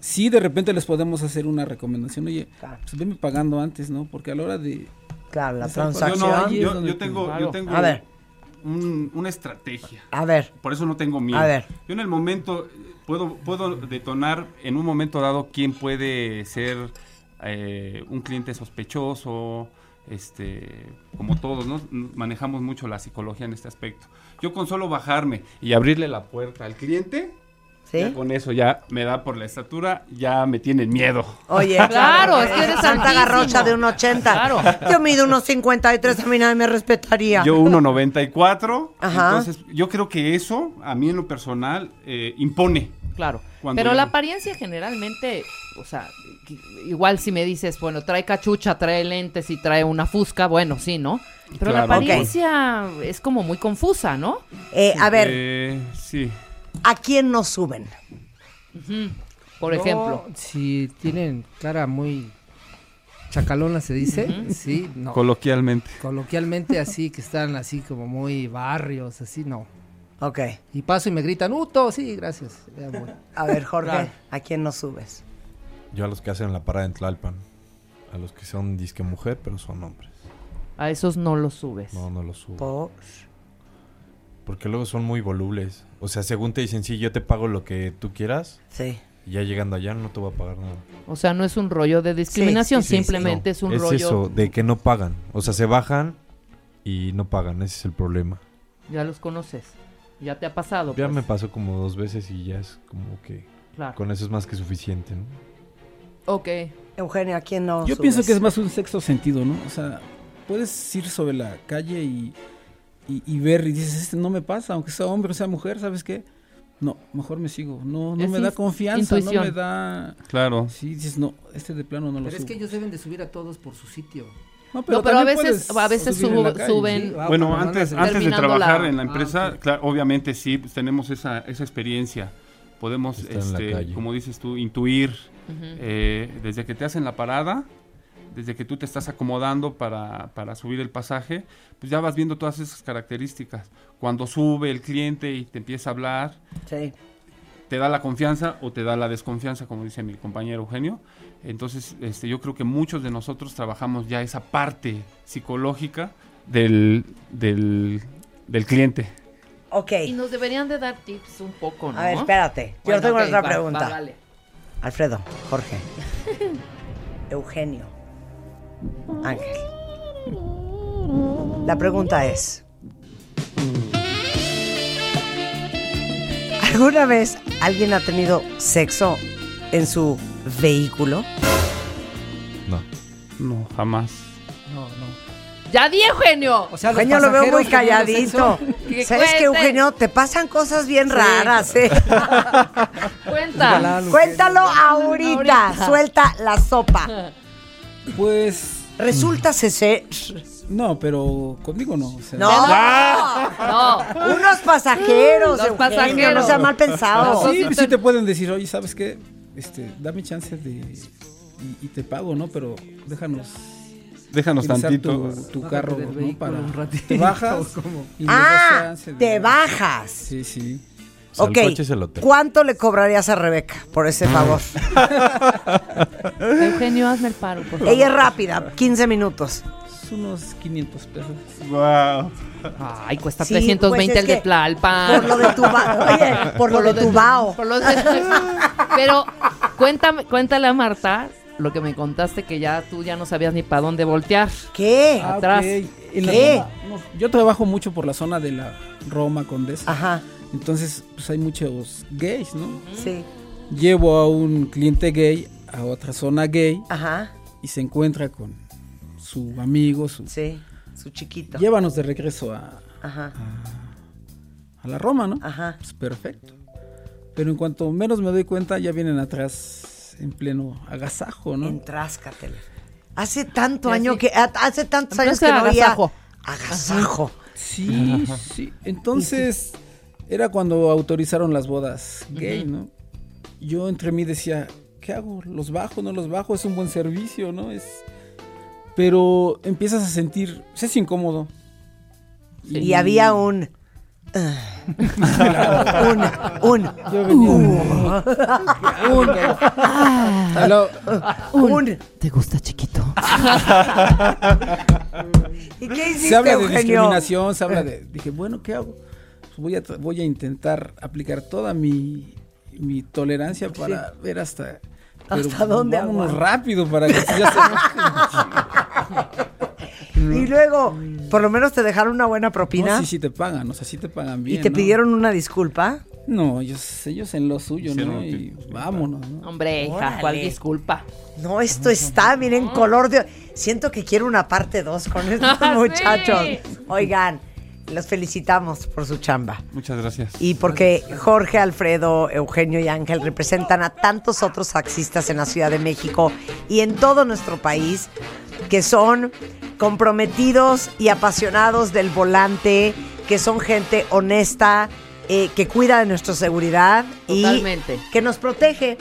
Sí, de repente les podemos hacer una recomendación, oye, Claro. pues venme pagando antes, ¿no? Porque a la hora de... Claro, la O sea, cuando Yo, no, transacción. Ahí es yo- donde yo tengo, te- yo tengo A ver. un- una estrategia. A ver, Por eso no tengo miedo. A ver. Yo en el momento eh, puedo, puedo detonar en un momento dado quién puede ser eh, un cliente sospechoso, este, como todos, ¿no? N- Manejamos mucho la psicología en este aspecto. Yo con solo bajarme y abrirle la puerta al cliente, ya ¿sí? con eso ya me da por la estatura, ya me tienen miedo. Oye, Claro, es que eres Santa altísimo. Garrocha de 1,80. Claro. Yo mido unos 53, a mí nadie me respetaría. Yo 1.94, Ajá. entonces yo creo que eso a mí en lo personal eh, impone. Claro. Cuando Pero yo- la apariencia generalmente, o sea, que- igual si me dices, bueno, trae cachucha, trae lentes y trae una fusca, bueno, sí, ¿no? Pero la Claro, pues. apariencia es como muy confusa, ¿no? Eh, a ver, Eh, sí. ¿a quién nos suben? Por ejemplo. Si tienen cara muy chacalona, se dice. Sí, no. Coloquialmente. Coloquialmente así, que están así como muy barrios, así, no. Ok. Y paso y me gritan, ¡Uto! Sí, gracias. Ya voy. A ver, Jorge, Claro. ¿a quién nos subes? Yo a los que hacen la parada en Tlalpan. A los que son disque mujer, pero son hombres. A esos no los subes. No, no los subo. Por... Porque luego son muy volubles. O sea, según te dicen, sí, yo te pago lo que tú quieras. Sí. Y ya llegando allá no te voy a pagar nada. O sea, no es un rollo de discriminación, Sí, sí, sí, simplemente es un es rollo. eso, de que no pagan. O sea, se bajan y no pagan. Ese es el problema. Ya los conoces. Ya te ha pasado. Ya pues, me pasó como dos veces y ya es como que Claro. con eso es más que suficiente, ¿no? Ok. Eugenio, ¿a quién no Yo subes? pienso que es más un sexto sentido, ¿no? O sea, puedes ir sobre la calle y, y- y ver y dices, este no me pasa, aunque sea hombre o sea mujer, ¿sabes qué? No, mejor me sigo. No, no Es me da ins- confianza, intuición. no me da... Claro. Sí, dices, no, este de plano no lo Pero es subo". que ellos deben de subir a todos por su sitio. No, No, pero a también veces- puedes a veces subir en la subo- calle, suben- sí. Ah, Bueno, cuando antes, andas antes de terminando trabajar la- en la Ah, empresa, ok. claro, obviamente sí, pues, tenemos esa, esa experiencia. Podemos, Estar en la este, calle. como dices tú, intuir Ujú. eh, desde que te hacen la parada, desde que tú te estás acomodando para, para subir el pasaje, pues ya vas viendo todas esas características. Cuando sube el cliente y te empieza a hablar, Sí. te da la confianza o te da la desconfianza, como dice mi compañero Eugenio. Entonces, este, yo creo que muchos de nosotros trabajamos ya esa parte psicológica del, del, del cliente. Ok. Y nos deberían de dar tips un poco, ¿no? A ver, espérate. Yo Bueno, tengo ok, otra va, pregunta. va, vale. Alfredo, Jorge, Eugenio, Ángel. La pregunta es, ¿alguna vez alguien ha tenido sexo en su vehículo? No. No, jamás. No, no. ¡Ya di, Eugenio! O sea, los Eugenio lo veo muy pasajeros teniendo calladito. sexo. Que ¿Sabes qué, cuente. Eugenio? Te pasan cosas bien raras, ¿eh? Cuenta. Cuéntalo ahorita. Ahorita. Suelta la sopa. Pues, Resulta ser... no, pero conmigo no. o sea, ¡No! No. Unos pasajeros, Ah. Los Eugenio, pasajeros. No sea mal Los pensado. dos- Sí, no pues te- sí te pueden decir, oye, ¿sabes qué? Este, dame chance de... Y, y te pago, ¿no? Pero déjanos Déjanos utilizar tantito. tu, tu Bájate carro, del ¿no? vehículo Para un ratito, te bajas o como- y nos das Ah, chance de- te bajas. Sí, sí. O sea, ok. El coche es el hotel. ¿Cuánto le cobrarías a Rebeca por Ah. ese favor? Eugenio, hazme el paro, por favor. Ella es rápida, 15 minutos. unos 500 pesos. Wow. Ay, cuesta Sí, 320 pues, es el de que Tlalpan. Por lo de tu ba- oye, por, lo de tu bao. Ah. Por lo de- Pero cuéntame, cuéntale a Marta lo que me contaste que ya tú ya no sabías ni para dónde voltear. ¿Qué? Ah. Atrás. ok. En la ¿Qué? zona- no, yo trabajo mucho por la zona de la Roma Condesa. Ajá, Entonces, pues hay muchos gays, ¿no? sí, Llevo a un cliente gay a otra zona gay ajá, y se encuentra con su amigo, su... sí, su chiquito. Llévanos de regreso a, Ajá, a la Roma, ¿no? ajá. Pues perfecto. Pero en cuanto menos me doy cuenta, ya vienen atrás en pleno agasajo, ¿no? Entráscatela. Hace tanto Ya año sí. que, a- hace tantos años que Entonces, no había agasajo. agasajo. Sí, sí. Entonces, era cuando autorizaron las bodas gay, ¿no? Yo entre mí decía, ¿qué hago? ¿Los bajo? ¿No los bajo? Es un buen servicio, ¿no? Es... Pero empiezas a sentir, se es incómodo. Y había un. ah, un, un, Yo venía- un, Aló. un. ¿Te gusta, chiquito? ¿Y qué hiciste, se habla de Eugenio? Eh. discriminación, se habla de... Dije, bueno, ¿qué hago? Pues voy, a, tra- voy a intentar aplicar toda mi, mi tolerancia para ver hasta... pero ¿Hasta dónde vámonos aguanto? rápido para que ya se... Y luego, por lo menos te dejaron una buena propina No, sí, sí te pagan, o sea, sí te pagan bien. y te ¿no? pidieron una disculpa. No, ellos, ellos en lo suyo, ¿no? Hicieron Y que- vámonos, ¿no? Hombre, hija, Órale. ¿cuál disculpa? No, esto está, miren, color de... Siento que quiero una parte 2 con estos Ah, Sí. muchachos. Oigan, los felicitamos por su chamba. Muchas gracias. Y porque Jorge, Alfredo, Eugenio y Ángel representan a tantos otros taxistas en la Ciudad de México y en todo nuestro país que son comprometidos y apasionados del volante, que son gente honesta, eh, que cuida de nuestra seguridad Totalmente. y que nos protege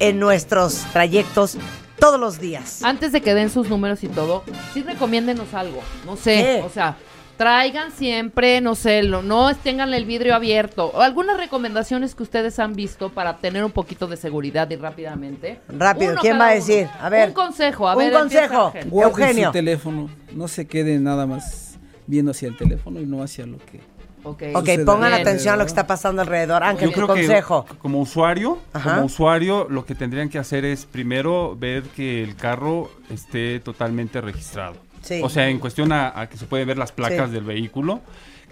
en nuestros trayectos todos los días. Antes de que den sus números y todo, sí recomiéndenos algo. No sé, ¿Qué? o sea, traigan siempre, no sé, lo- no tengan el vidrio abierto. O algunas recomendaciones que ustedes han visto para tener un poquito de seguridad y rápidamente. Rápido, Uno ¿quién cada va a uno. decir? A ver. Un consejo, a Un ver. empieza, consejo. Ángel. Guarden Eugenio. su teléfono, no se queden nada más viendo hacia el teléfono y no hacia lo que... Ok. Ok, sucede pongan bien, atención a lo ¿verdad? que está pasando alrededor. Ángel, Yo tu creo que consejo. c- como usuario, Ajá. como usuario, lo que tendrían que hacer es primero ver que el carro esté totalmente registrado. Sí. O sea, en cuestión a, a que se pueden ver las placas Sí. del vehículo,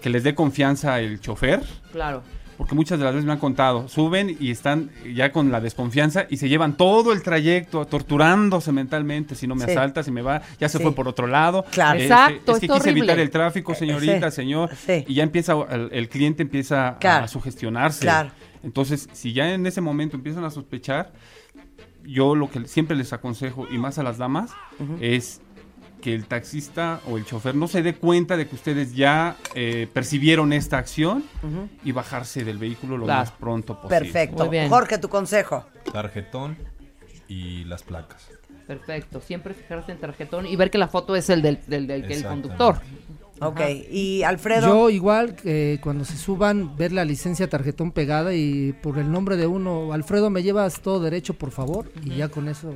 que les dé confianza el chofer, Claro. porque muchas de las veces me han contado, suben y están ya con la desconfianza y se llevan todo el trayecto torturándose mentalmente, si no me Sí. asalta, si me va, ya se Sí. fue por otro lado. Claro. Eh, Eh, Exacto, es que es quise horrible. evitar el tráfico, señorita, sí, señor, sí. y ya empieza el, el cliente empieza a- Claro. a sugestionarse. Claro. Entonces, si ya en ese momento empiezan a sospechar, yo lo que siempre les aconsejo, y más a las damas, es que el taxista o el chofer no se dé cuenta de que ustedes ya eh, percibieron esta acción y bajarse del vehículo lo Claro. más pronto posible. Perfecto. Muy bien. Jorge, tu consejo. Tarjetón y las placas. Perfecto. Siempre fijarse en tarjetón y ver que la foto es el del, del, del- del Exactamente. conductor. Ok, y Alfredo. Yo igual que cuando se suban, ver la licencia tarjetón pegada y por el nombre de uno, Alfredo, me llevas todo derecho, por favor, y ya con eso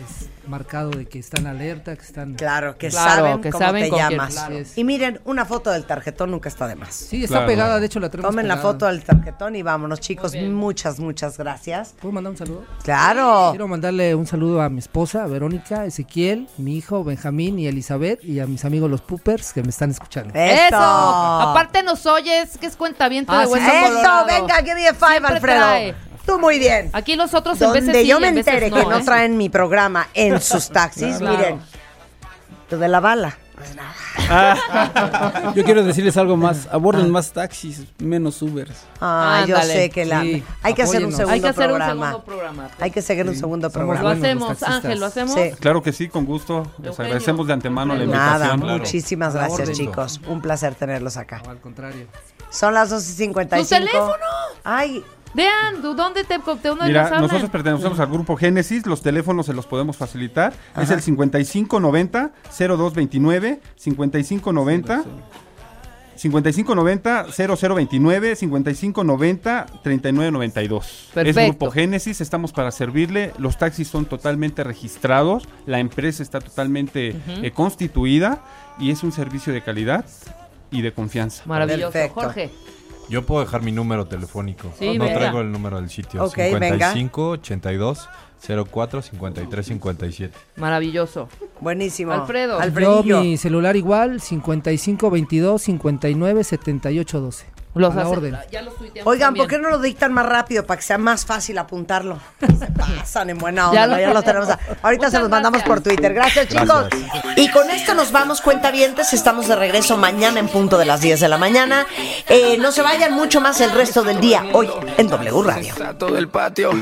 es marcado de que están alerta, que están... Claro, que Claro, saben que cómo saben te con quién, llamas. claro. Y miren, una foto del tarjetón nunca está de más. Sí, está Claro. pegada, de hecho la tenemos Tomen la pegada. foto del tarjetón y vámonos, chicos. Muy bien. Muchas, muchas gracias. ¿Puedo mandar un saludo? Claro. Quiero mandarle un saludo a mi esposa, Verónica, Ezequiel, mi hijo, Benjamín y Elizabeth, y a mis amigos los Poopers que me están escuchando. Eh. Eso. Aparte nos oyes, que es cuenta Ah, de sí. hueso Eso, colorado. venga, give me a five, Siempre Alfredo. trae. Tú muy bien. Aquí los otros en veces Donde sí, yo me en veces entere que no ¿eh? traen mi programa en sus taxis, Claro. miren, lo de la bala. Yo quiero decirles algo más, aborden más taxis, menos Ubers. Ah, yo Ándale. sé que la. Sí, Hay que hacer un apóyennos. segundo Hay que hacer programa. un segundo programa. Hay que seguir un segundo somos Lo programa. buenos los hacemos, taxistas. Ángel, lo hacemos. Sí. Claro que sí, con gusto. Les Eugenio. agradecemos de antemano la invitación. Nada, claro. muchísimas La gracias, orden. chicos. Un placer tenerlos acá. No, al contrario. Son las 12.55. ¡Tu teléfono! Ay, Vean, ¿tú ¿dónde te dónde nos Mira, hablan? nosotros pertenecemos al grupo Génesis, los teléfonos se los podemos facilitar. Es el 5590 0229 5590 5590-0029, 5590-3992. Es Perfecto. Grupo Génesis, estamos para servirle. Los taxis son totalmente registrados, la empresa está totalmente eh, constituida y es un servicio de calidad y de confianza. Maravilloso. Perfecto. Jorge, Yo puedo dejar mi número telefónico. Sí, no venga. traigo el número del sitio. Ok, venga. 55 82 04 53 57. maravilloso. Buenísimo. Alfredo. Yo, Alfredillo. mi celular igual, 55 22 59 78 12. Los a la hace- orden. ya los tuiteamos Oigan, ¿por qué también. no lo dictan más rápido para que sea más fácil apuntarlo? Se pasan en buena onda, Ya ¿no? lo- ya lo tenemos. a- Ahorita se Muchas los mandamos gracias. por Twitter. Gracias, chicos. Y con esto nos vamos, cuentavientes. Estamos de regreso mañana en punto de las 10 de la mañana. Eh, no se vayan mucho más el resto del día, hoy en W Radio. A todo el patio.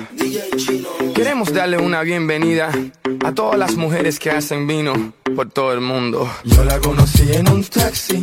Queremos darle una bienvenida a todas las mujeres que hacen vino por todo el mundo. Yo la conocí en un taxi,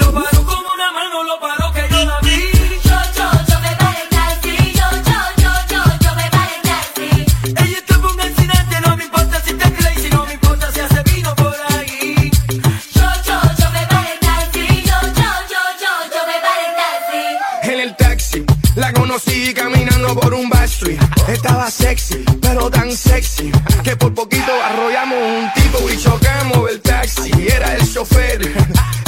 Lo paró como una mano, lo paró que yo la vi. Yo, yo, yo me paré en taxi. Yo, yo, yo, yo, yo me paré en taxi. Ella estuvo en un accidente, no me importa si te crazy, no me importa si hace vino por ahí. Yo, yo, yo me paré en taxi. Yo, yo, yo, yo, yo me paré en taxi. En el taxi. La conocí caminando por un backstreet Estaba sexy, pero tan sexy Que por poquito arrollamos un tipo y chocamos el taxi Era el chofer,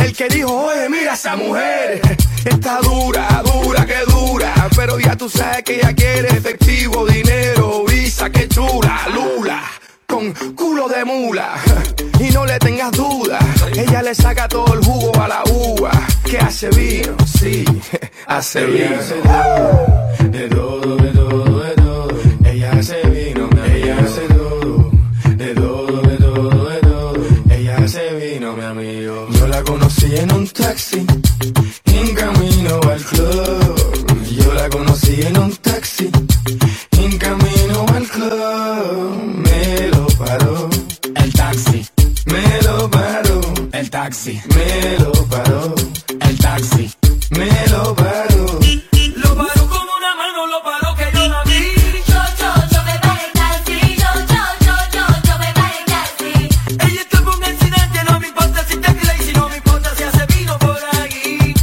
el que dijo, oye mira esa mujer Está dura, dura, que dura Pero ya tú sabes que ella quiere efectivo, dinero, visa, que chula, lula con culo de mula. Y no le tengas duda, ella le saca todo el jugo a la uva. Que hace vino, sí, hace vino. de todo, de todo, de todo. Ella hace vino, ella hace todo. De todo, de todo, de todo. Ella se vino, mi amigo. Yo la conocí en un taxi, en camino al club. Yo la conocí en un taxi, en camino al club. Me lo paró. El taxi. Me lo paró. El taxi. Me lo paró. El taxi. Me lo paró. Lo paró como una mano, lo paró que yo la vi. Yo, yo, yo me paré en taxi. Yo, yo, yo, yo, yo me paré en taxi. Ella estuvo en un accidente, no me importa si te crazy, no me importa si hace vino por ahí.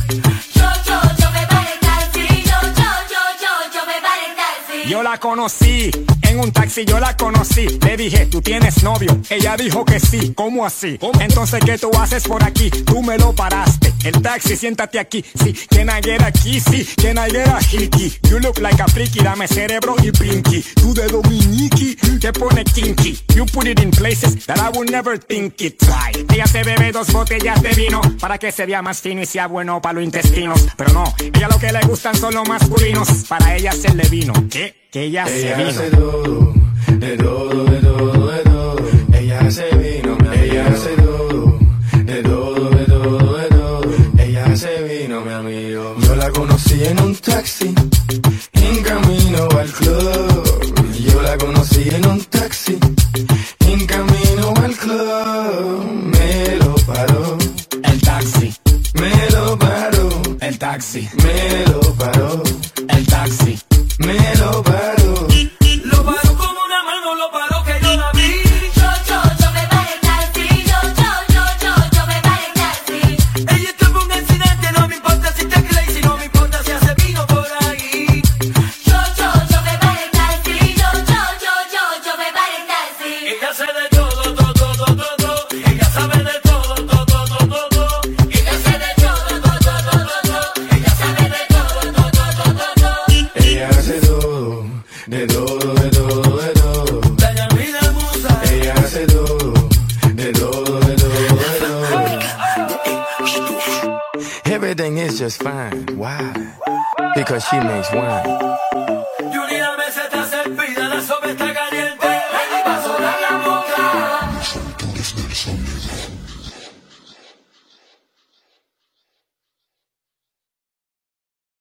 Yo, yo, yo me paré en taxi. Yo, yo, yo, yo, yo me paré en taxi. Yo la conocí, en un taxi yo la conocí. Le dije, tú tienes novio. Ella dijo que sí, ¿cómo así? Entonces, ¿qué tú haces por aquí? Tú me lo paraste. El taxi, siéntate aquí. Sí, can I get aquí? Sí, can I get a hickey? You look like a freaky, dame cerebro y pinky. Tú de dominiki, te pone kinky. You put it in places that I would never think it. Try. Ella se bebe dos botellas de vino para que se vea más fino y sea bueno para los intestinos. Pero no, ella lo que le gustan son los masculinos. Para ella se le vino. ¿Qué? Que ella se Ella vino. hace todo, de todo, de todo, de todo. Ella hace vino, mi amigo. Ella hace todo, de todo, de todo, de todo. Ella hace vino, mi amigo. Yo la conocí en un taxi, en camino al club. Yo la conocí en un taxi, en camino al club. Me lo paró. El taxi. Me lo paró. El taxi. Me lo paró. El taxi. Me lo paró. Lo paró como una mano, lo paró que yo la vi. Yo, yo, yo me paré en taxi. Yo, yo, yo, yo, yo me paré en taxi. Ella estuvo en un accidente, no me importa si te crazy, no me importa si hace vino por ahí. Yo, yo, yo me paré en taxi. Yo, yo, yo, yo, yo me paré en taxi. Ella hace de todo, todo, todo, todo. Ella sabe de todo, todo, todo, todo. Ella hace de todo, todo, todo, todo. Ella sabe de todo, todo, todo, todo. Ella hace todo, de todo, de todo, de todo. Ella hace todo, de todo, de todo, de todo. Everything is just fine. Why? Because she makes wine.